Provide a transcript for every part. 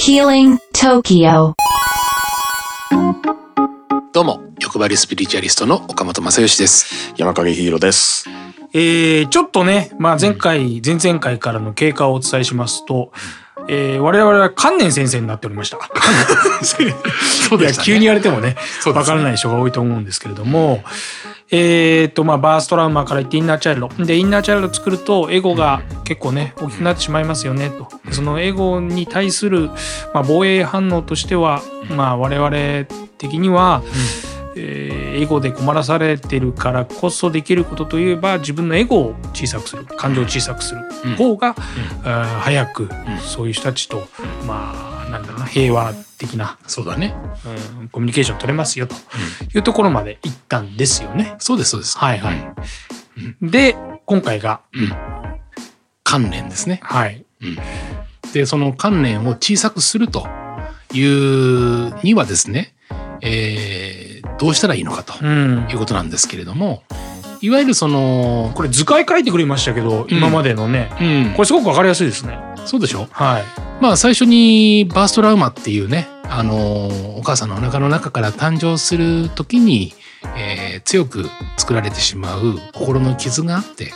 Healing Tokyo. どうも欲張りスピリチュアリストの岡本正義です山影ヒーローです。えーちょっとね、まあ、前回、前々回からの経過をお伝えしますと、えー我々は観念先生になっておりました。そいや、急に言われてもね、そうでわすねからない人が多いと思うんですけれども、えーと、まあ、バーストラウマから言ってインナーチャイルド。で、インナーチャイルドを作ると、エゴが結構ね、大きくなってしまいますよね、と。でそのエゴに対する、まあ、防衛反応としては、まあ、我々的には、えーエゴで困らされてるからこそできることといえば自分のエゴを小さくする感情を小さくするうん方が、あー早くんそういう人たちと、まあなんだろうな平和的な、そうだねうんコミュニケーション取れますよというところまで行ったんですよね。そうですそうですはいはいで今回が、関連ですねはい、でその関連を小さくするというにはですね、えーどうしたらいいのかとうんいうことなんですけれどもいわゆるそのこれ図解書いてくれましたけど、今までのねうんこれすごくわかりやすいですね。そうでしょはい、まあ最初にバーストラウマっていうねあのお母さんのお腹の中から誕生する時に、えー強く作られてしまう心の傷があって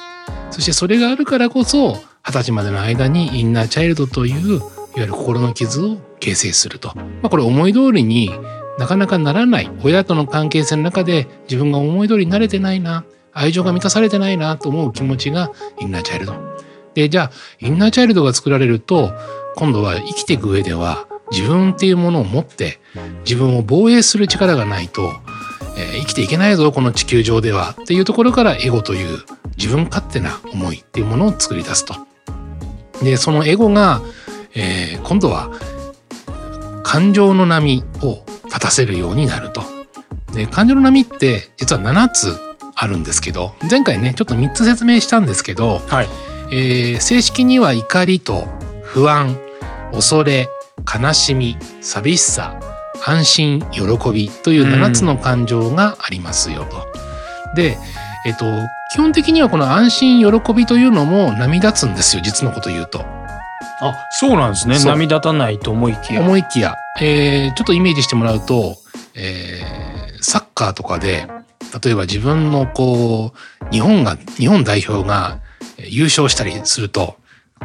そしてそれがあるからこそ二十歳までの間にインナーチャイルドといういわゆる心の傷を形成すると、まあ、これ思い通りになかなかならない親との関係性の中で自分が思い通りになれてないな愛情が満たされてないなと思う気持ちがインナーチャイルド。でじゃあインナーチャイルドが作られると今度は生きていく上では自分っていうものを持って自分を防衛する力がないと、えー生きていけないぞこの地球上ではっていうところからエゴという自分勝手な思いっていうものを作り出すと。でそのエゴが、えー今度は感情の波を立たせるようになると。で感情の波って実は7つあるんですけど前回ねちょっと3つ説明したんですけど、はいえー正式には怒りと不安恐れ悲しみ寂しさ安心喜びという7つの感情がありますよと。で、えっと、基本的にはこの安心喜びというのも波立つんですよ実のこと言うと。あそうなんですねそう涙たないと思いきや。思いきや、えーちょっとイメージしてもらうと、えーサッカーとかで例えば自分のこう日本が日本代表がえー優勝したりすると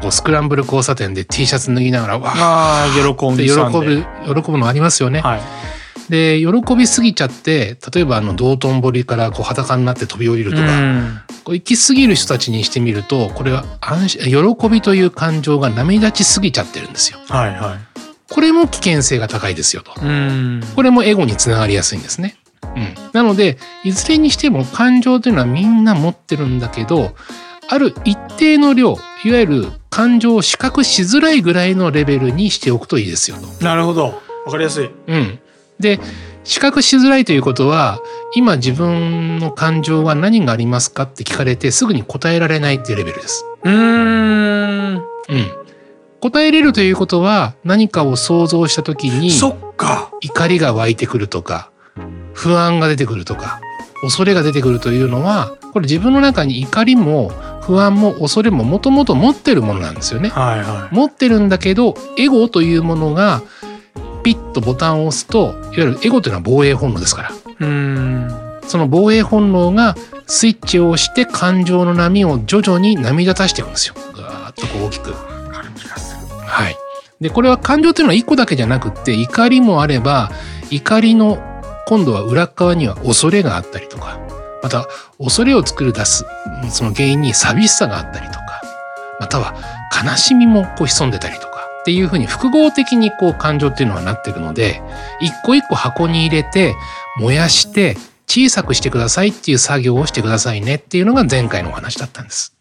こうスクランブル交差点で T シャツ脱ぎながらわーああ喜んってで喜勇んでぶ喜ぶのありますよね。はい。で喜びすぎちゃって例えばあの道頓堀からこう裸になって飛び降りるとか、うんこう行き過ぎる人たちにしてみるとこれは安心喜びという感情が波立ちすぎちゃってるんですよ。はいはこれも危険性が高いですよと。い。うん。これもエゴにつながりやすいんですね。うん、なのでいずれにしても感情というのはみんな持ってるんだけどある一定の量いわゆる感情を視覚しづらいぐらいのレベルにしておくといいですよと。なるほど。わかりやすい。うん、で視覚しづらいということは今自分の感情は何がありますかって聞かれてすぐに答えられないっていうレベルです。うーうん。ん、答えれるということは何かを想像した時にそっか。怒りが湧いてくるとか不安が出てくるとか恐れが出てくるというのはこれ自分の中に怒りも不安も恐れももともと持ってるものなんですよね。はいは持ってるんだけどエゴというものがピッとボタンを押すといわゆるエゴというのは防衛本能ですからい。うーん。その防衛本能がスイッチを押して感情の波を徐々に波立たしていくんですよ。ガーッとこう大きく。はい。で、これは感情というのは一個だけじゃなくって、怒りもあれば、怒りの今度は裏側には恐れがあったりとか、また恐れを作り出す、その原因に寂しさがあったりとか、または悲しみもこう潜んでたりとか、っていうふうに複合的にこう感情っていうのはなっていくので、一個一個箱に入れて、燃やして、小さくしてくださいっていう作業をしてくださいねっていうのが前回のお話だったんです。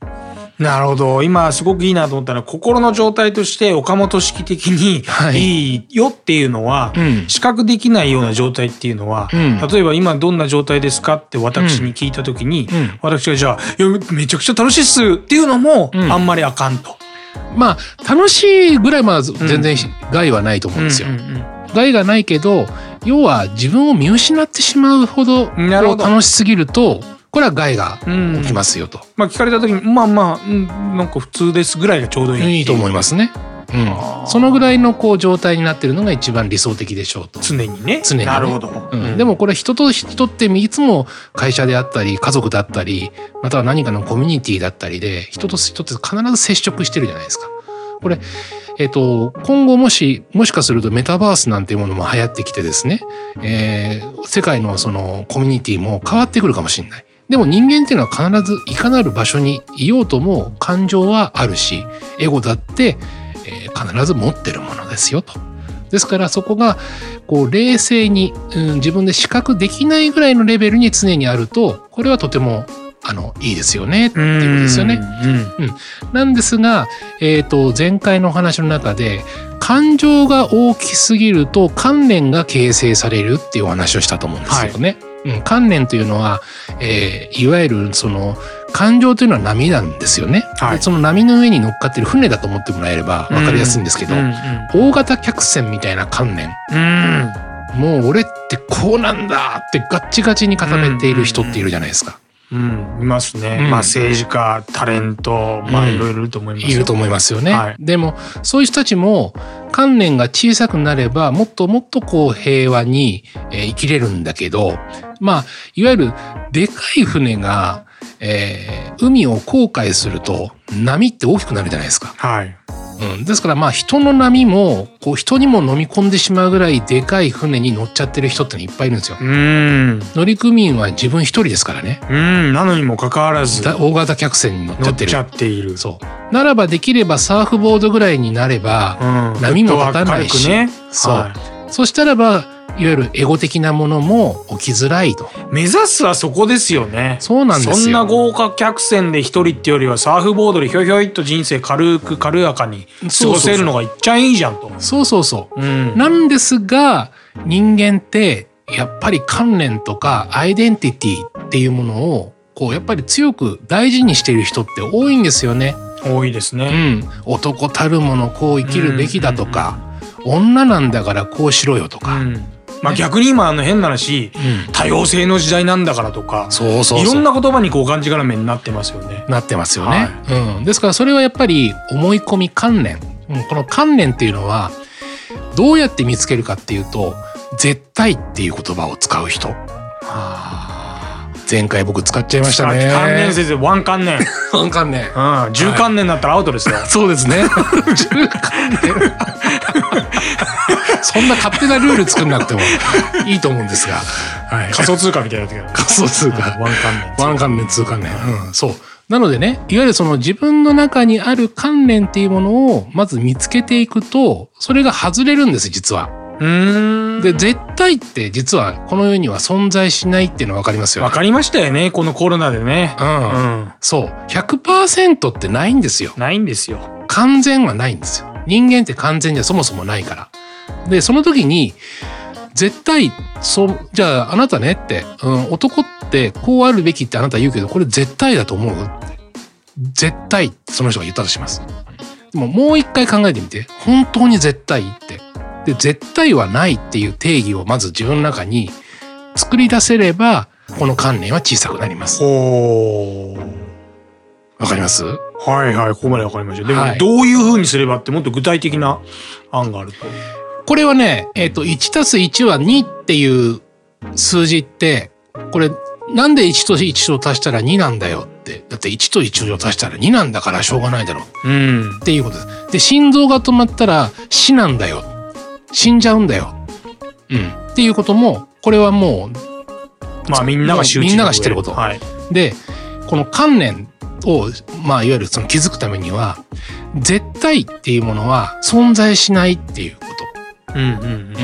なるほど。今すごくいいなと思ったのは、心の状態として岡本式的にはいいいよっていうのは、うん。視覚できないような状態っていうのは、うん例えば今どんな状態ですかって私に聞いた時に、うん私がじゃあいやめちゃくちゃ楽しいっすっていうのもうんあんまりあかんと。まあ、楽しいぐらいまあ全然害はないと思うんですよ。んん害がないけど、要は自分を見失ってしまうほどなるほど楽しすぎると、これは害がうん起きますよと。まあ聞かれた時にまあまあ、うんなんか普通ですぐらいがちょうどいいっていう。いいと思いますね。うん、そのぐらいのこう状態になってるのが一番理想的でしょうと。常にね。常にねなるほど。うんうんでもこれ人と人っていつも会社であったり家族だったりまたは何かのコミュニティだったりで人と人って必ず接触してるじゃないですか。これ、えっと今後もしもしかするとメタバースなんていうものも流行ってきてですね、えー世界のそのコミュニティも変わってくるかもしれない。でも人間っていうのは必ずいかなる場所にいようとも感情はあるしエゴだって、えー必ず持ってるものですよと。ですからそこがこう冷静に、うん、自分で視覚できないぐらいのレベルに常にあるとこれはとてもあのいいですよねっていうことですよね。うんなんですが、えー、と前回のお話の中で感情が大きすぎると観念が形成されるっていうお話をしたと思うんですよね。うん、観念というのは、えーいわゆるその感情というのは波なんですよね、はいでその波の上に乗っかってる船だと思ってもらえれば分かりやすいんですけど、うん大型客船みたいな観念うんうんもう俺ってこうなんだってガッチガチに固めている人っているじゃないですか。うん、いますね。うんまあ政治家、タレント、まあうんいろいろいると思いますよ。いると思いますよね。はいでもそういう人たちも観念が小さくなればもっともっとこう平和にえー生きれるんだけどまあいわゆるでかい船が、えー海を航海すると波って大きくなるじゃないですか。はい。うん、ですからまあ人の波もこう人にも飲み込んでしまうぐらいでかい船に乗っちゃってる人ってのいっぱいいるんですよ。うん。乗組員は自分一人ですからね。うん。なのにもかかわらず、だ大型客船に乗っち乗ゃっってるちゃっている。そうならばできればサーフボードぐらいになれば、うん。波も立たないしフットワーク軽くね。そうはそしたらばいわゆるエゴ的なものも起きづらいとい目指すはそこですよね。そうなんですよそんな豪華客船で一人ってよりはサーフボードでひょいひょいっと人生軽く軽やかに過ごせるのがいっちゃいいじゃんと。。そうそうそううんなんですが人間ってやっぱり観念とかアイデンティティっていうものをこうやっぱり強く大事にしている人って多いんですよね。多いですうね。ん、男たるものこう生きるべきだとか、女なんだからこうしろよとうか、ん。まあ逆に今あの変な話、うん多様性の時代なんだからとか、そうそうそういろんな言葉にこうがんじがらめになってますよね。なってますよね。うん、ですからそれはやっぱり思い込み観念、うん、この観念っていうのはどうやって見つけるかっていうと「絶対」っていう言葉を使う人前回僕使っちゃいましたね。関連先生、ワン関連。うん観念うん。十関連だったらアウトですよ。そうですね。10観念そんな勝手なルール作んなくてもいいと思うんですが、はい、仮想通貨みたいになって仮想通貨ワン関連。ワン関連、ツー関連。うん、そう。なのでね、いわゆるその自分の中にある関連っていうものをまず見つけていくと、それが外れるんです、実は。うーん。で、絶対って実はこの世には存在しないっていうのはわかりますよわね。かりましたよね、このコロナでね。ううん。ん。そう。100%ってないんですよ。ないんですよ。完全はないんですよ。人間って完全じゃそもそもないから。で、その時に、絶対、そう、じゃああなたねって、うん、男ってこうあるべきってあなた言うけど、これ絶対だと思うって絶対、その人が言ったとします。でももう一回考えてみて、本当に絶対って。で、絶対はないっていう定義をまず自分の中に作り出せれば、この関連は小さくなります。ほー。わかりますはいはい、ここまでわかりました。でも、はいどういうふうにすればってもっと具体的な案があると。これはね、えっ、と、1たす1は2っていう数字って、これ、なんで1と1を足したら2なんだよって。だって1と1を足したら2なんだからしょうがないだろううんっ。ていうことです。で、心臓が止まったら死なんだよ。死んじゃうんだよ。うん。っていうことも、これはもまあみんなが周知の上みんなが知ってることはい。う、で、この観念を、まあ、いわゆるその気づくためには、絶対っていうものは存在しないっていうこと。うんうんうん。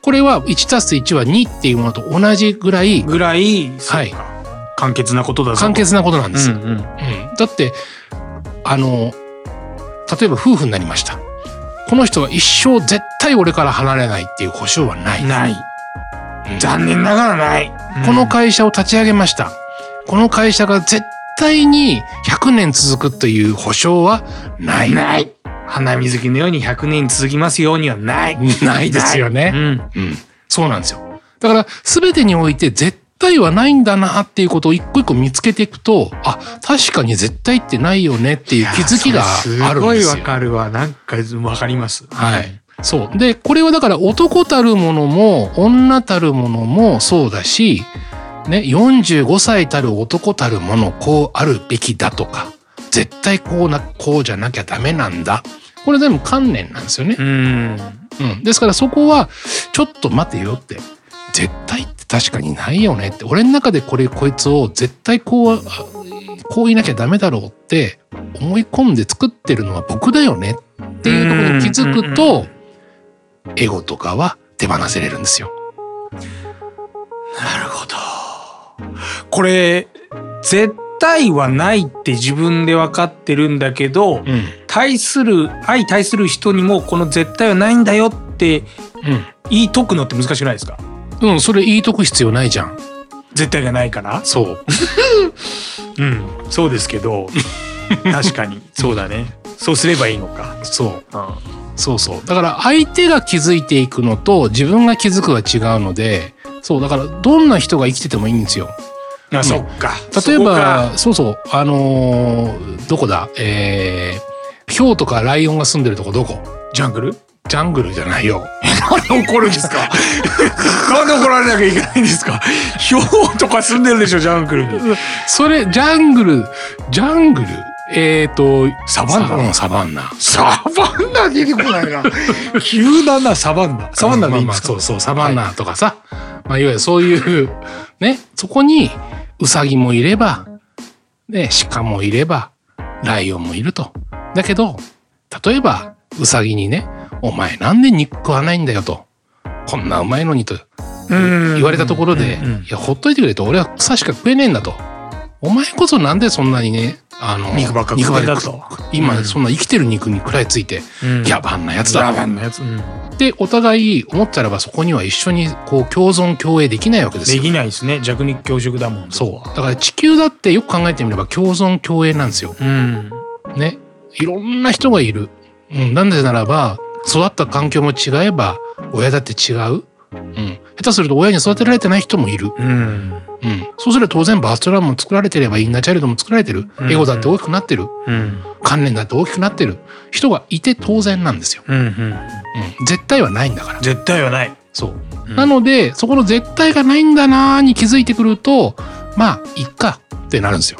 これは1たす1は2っていうものと同じぐらいぐらい、ははいい、簡潔なことだぞ。簡潔なことなんです。うんうん。うんだってあの例えば夫婦になりました。この人は一生絶対俺から離れないっていう保証はない。ない。うん残念ながらない。この会社を立ち上げました。この会社が絶対に100年続くという保証はない。ない。花水木のように100年続きますようにはない。ないですよね。うん。うん、そうなんですよ。だから全てにおいて絶対はないんだなっていうことを一個一個見つけていくと、あ、確かに絶対ってないよねっていう気づきがあるんでいやそれすごいすわよ。かるわ。なんかわかります。はい。そう。で、これはだから男たるものも女たるものもそうだし、ね、45歳たる男たるものこうあるべきだとか、絶対こうな、こうじゃなきゃダメなんだ。これ全部観念なんですよねう。ん。うん。ですからそこは、ちょっと待てよって。絶対って確かにないよねって。俺の中でこれ、こいつを絶対こう、あこういなきゃダメだろうって思い込んで作ってるのは僕だよねっていうところに気づくと、エゴとかは手放せれるんですよ。なるほど。これ、絶対はないって自分でわかってるんだけど、うん。対する、相対する人にもこの絶対はないんだよって言い解くのって難しくないですかうん。うん、それ言いとく必要ないじゃん。絶対がないからそう。うん、そうですけ ど、確かに。そうだね。そうすればいいのか。そう。うん。そうそう。だから相手が気づいていくのと自分が気づくは違うので、そう、だからどんな人が生きててもいいんですよ。あ、そっか。例えそこか、ば、そうそう、あのーどこだえー、ヒョウとかライオンが住んでるとこどこジャングルジャングルじゃないよ。 怒るんですか なんで怒られなきゃいけないんですかひょうとか住んでるでしょ、ジャングルに。それ、ジャングル、ジャングル、えっ、と、サバンナうんサバンナ。サバンナ出てこないな。 急だな、サバンナ。サバンナでいいんですか、まあまあそうそう、サバンナとかさ、まあ、いわゆるそういう、ね、そこに、ウサギもいれば、ね、鹿もいれば、ライオンもいると。だけど、例えば、ウサギにね、お前なんで肉食わないんだよと。こんなうまいのにとうん言われたところでうんうんうん、いや、ほっといてくれと、俺は草しか食えねえんだと。お前こそなんでそんなにね、あの、肉ばっか食ばっってかた食とう。今、うんそんな生きてる肉に食らいついて、野蛮なやつだ。サバンナやつ。うんでお互い思ったらばそこには一緒にこう共存共栄できないわけですでよ。きないですね。弱肉強食だもん。そうだから地球だってよく考えてみれば共存共栄なんですよ。う。うん。ね。いろんな人がいる。うん、なんでならば育った環境も違えば親だって違う。うん、下手すると親に育てられてない人もいる、うん。うん、そうすれば当然バーストラムも作られてればインナーチャイルドも作られてるうんエゴだって大きくなってるうん。観念だって大きくなってる人がいて当然なんですよ、うん。うん。うん、絶対はないんだから絶対はない。そう。うんなので、そこの絶対がないんだなーに気づいてくると、まあ、いっかってなるんですよ。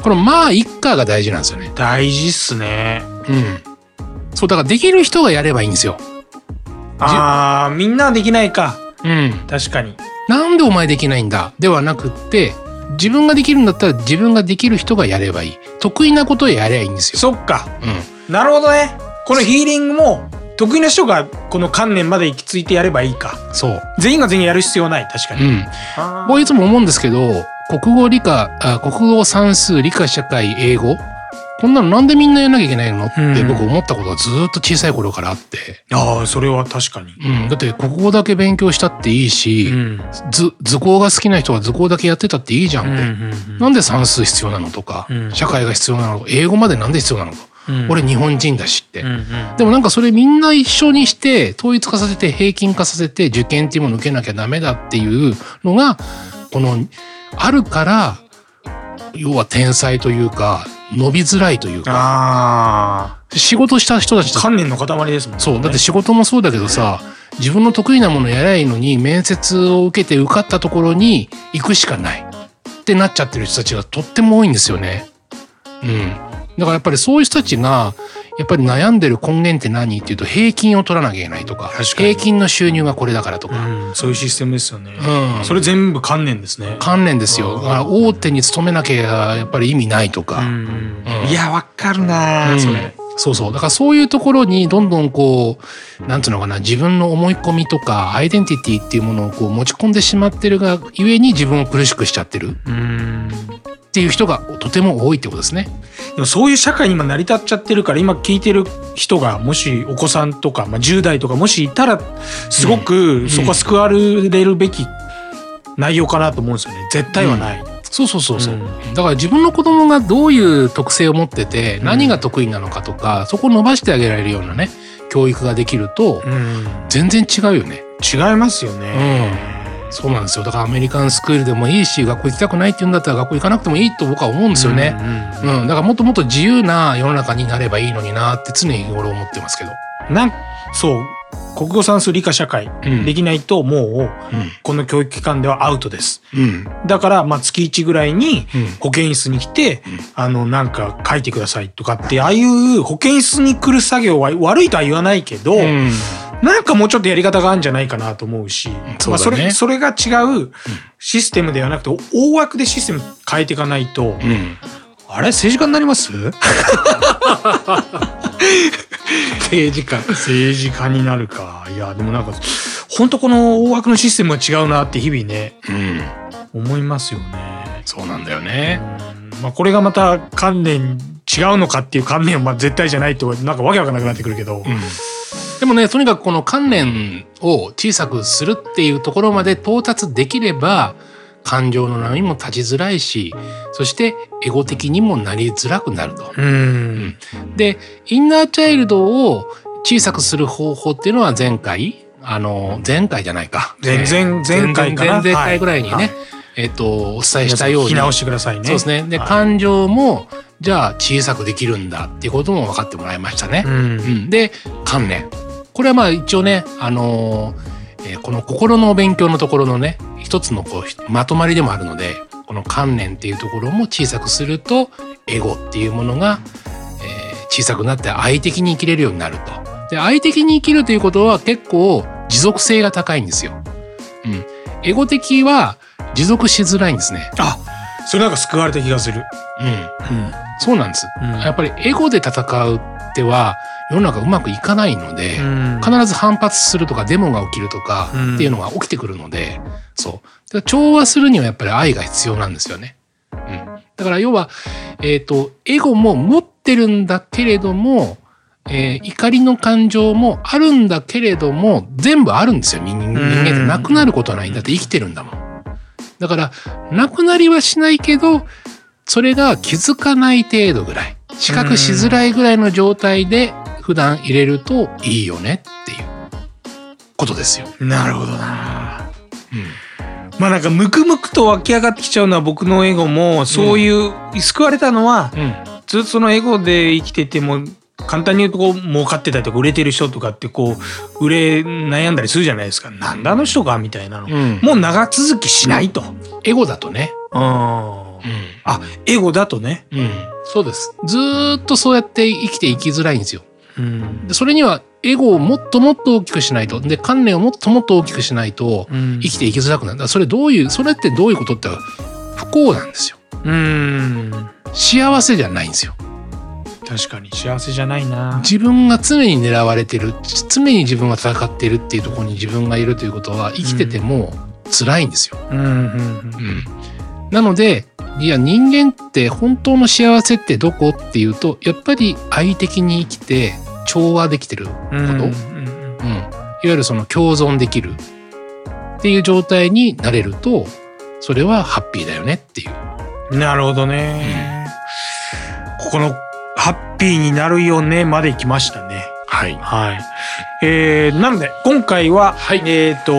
このまあ、いっかが大事なんですよね。大事っすね。うん。そう、だからできる人がやればいいんですよ。あーみんなはできないかうん。確かになんでお前できないんだではなくって、自分ができるんだったら自分ができる人がやればいい。得意なことをやればいいんですよ。そっかうん。なるほどねこのヒーリングも得意な人がこの観念まで行き着いてやればいいかそう。全員が全員やる必要はない確かうに、ん。あ僕はいつも思うんですけど、国語理科、あ国語算数理科社会英語、こんなのなんでみんなやんなきゃいけないのっうてん僕思ったことがずーっと小さい頃からあって、あーそれは確かに、うん、だって国語だけ勉強したっていいし、うん図図工が好きな人は図工だけやってたっていいじゃうんんって、なんで算数必要なのとか、うん社会が必要なの英語までなんで必要なのと、うん俺日本人だしって、うんうんでもなんかそれみんな一緒にして統一化させて平均化させて受験っていうものを受けなきゃダメだっていうのがこのあるから要は天才というか伸びづらいというかあ仕事した人たちーだ観念の塊ですもんねそうだって仕事もそうだけどさ自分の得意なものやりゃいいのに面接を受けて受かったところに行くしかないってなっちゃってる人たちがとっても多いんですよね。うん、だからやっぱりそういう人たちがやっぱり悩んでる根源って何っていうと平均を取らなきゃいけないとか確かに平均の収入がこれだからとか、うんそういうシステムですよね、うんそれ全部観念ですね関連ですようんだから大手に勤めなきゃやっぱり意味ないとか、うんうんいやわかるなー、うんそれそうそうだからそういうところにどんどんこうなんつうのかな自分の思い込みとかアイデンティティっていうものをこう持ち込んでしまってるがゆえに自分を苦しくしちゃってるうんっていう人がとても多いってことですね。でもそういう社会に今成り立っちゃってるから今聞いてる人がもしお子さんとか、まあ、10代とかもしいたらすごくそこは救われるべき内容かなと思うんですよね絶対はない。そうそうそうそう、うんだから自分の子供がどういう特性を持っててうん何が得意なのかとか、そこを伸ばしてあげられるようなね教育ができるとうん全然違うよね。違いますようね。んそうなんですよだからアメリカンスクールでもいいし学校行きたくないって言うんだったら学校行かなくてもいいと僕は思うんですよね、うんうん、だからもっともっと自由な世の中になればいいのになって常日頃思ってますけど。なんそう国語算数理科社会うんできないともううんこの教育機関ではアウトですうんだからまあ月1ぐらいにうん保健室に来て、うんあのなんか書いてくださいとかってああいう保健室に来る作業は悪いとは言わないけど、うんなんかもうちょっとやり方があるんじゃないかなと思うそし、うだねまあ、それそれが違うシステムではなくてお大枠でシステム変えていかないと、うんあれ政治家になります政治家政治家になるかいやでもなんか本当この大枠のシステムは違うなって日々ねうん思いますよね。そうなんだようね。んまあ、これがまた観念違うのかっていう観念はまあ絶対じゃないとなんかわけわかんなくなってくるけど、うんでもねとにかくこの観念を小さくするっていうところまで到達できれば感情の波も立ちづらいしそしてエゴ的にもなりづらくなると。うんでインナーチャイルドを小さくする方法っていうのは前回あの前回じゃないか前前前回かな前々回ぐらいにね、はいえっとお伝え皆しさたんよう聞にき直してくださいね。そうですねで、はい感情もじゃあ小さくできるんだっていうことも分かってもらいましたねう。うんん、で観念これはまあ一応ね、あのーえーこの心の勉強のところのね一つのこうまとまりでもあるのでこの観念っていうところも小さくするとエゴっていうものが、えー小さくなって愛的に生きれるようになると。で愛的に生きるということは結構持続性が高いんですよ。うん、エゴ的は持続しづらいんですね。あそれなんか救われた気がする。うん、うんそうなんです。やっぱりエゴで戦うっては世の中うまくいかないので、うん必ず反発するとかデモが起きるとかうんっていうのが起きてくるので、そう。だから調和するにはやっぱり愛が必要なんですよね。うん。だから要は、えっ、と、エゴも持ってるんだけれども、えー怒りの感情もあるんだけれども、全部あるんですよ。人人間ってなくなることはないんだって生きてるんだもん。だから、なくなりはしないけど、それが気づかない程度ぐらい、視覚しづらいぐらいの状態で普段入れるといいよねっていうことですよ。なるほどな。まあなんかムクムクと湧き上がってきちゃうのは僕のエゴもそういう、救われたのはうん。ずっとそのエゴで生きてても簡単に言うとこう儲かってたりとか売れてる人とかってこう売れ悩んだりするじゃないですか。なんだあの人がみたいなの。うん。もう長続きしないと。うん。エゴだとね。あうエゴだとね。ん。うん。そうです。ずーっとそうやって生きていきづらいんですよ。うん。でそれにはエゴをもっともっと大きくしないと。で、観念をもっともっと大きくしないとうん生きていきづらくなる。だからそれどういう、それってどういうことって不幸なんですよ。うん。幸せじゃないんですよ。確かに幸せじゃないな。自分が常に狙われてる常に自分が戦ってるっていうところに自分がいるということは生きてても辛いんですよ。うんうんうんなのでいや人間って本当の幸せってどこっていうとやっぱり愛的に生きて調和できてる、うん。うこんとうん、うんいわゆるその共存できるっていう状態になれるとそれはハッピーだよねっていう。なるほどね。ここのハッピーになるよねまで来ましたね。はい、はい。えー、なので今回は、はいえっ、と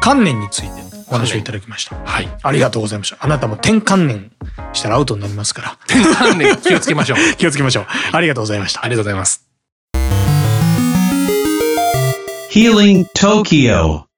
観念についてお話をいただきました。はい、ありがとうございました。あなたも転観念したらアウトになりますから転換で気をつけましょう。 気をつけましょう。ありがとうございましたあ。りがとうございます。 Healing Tokyo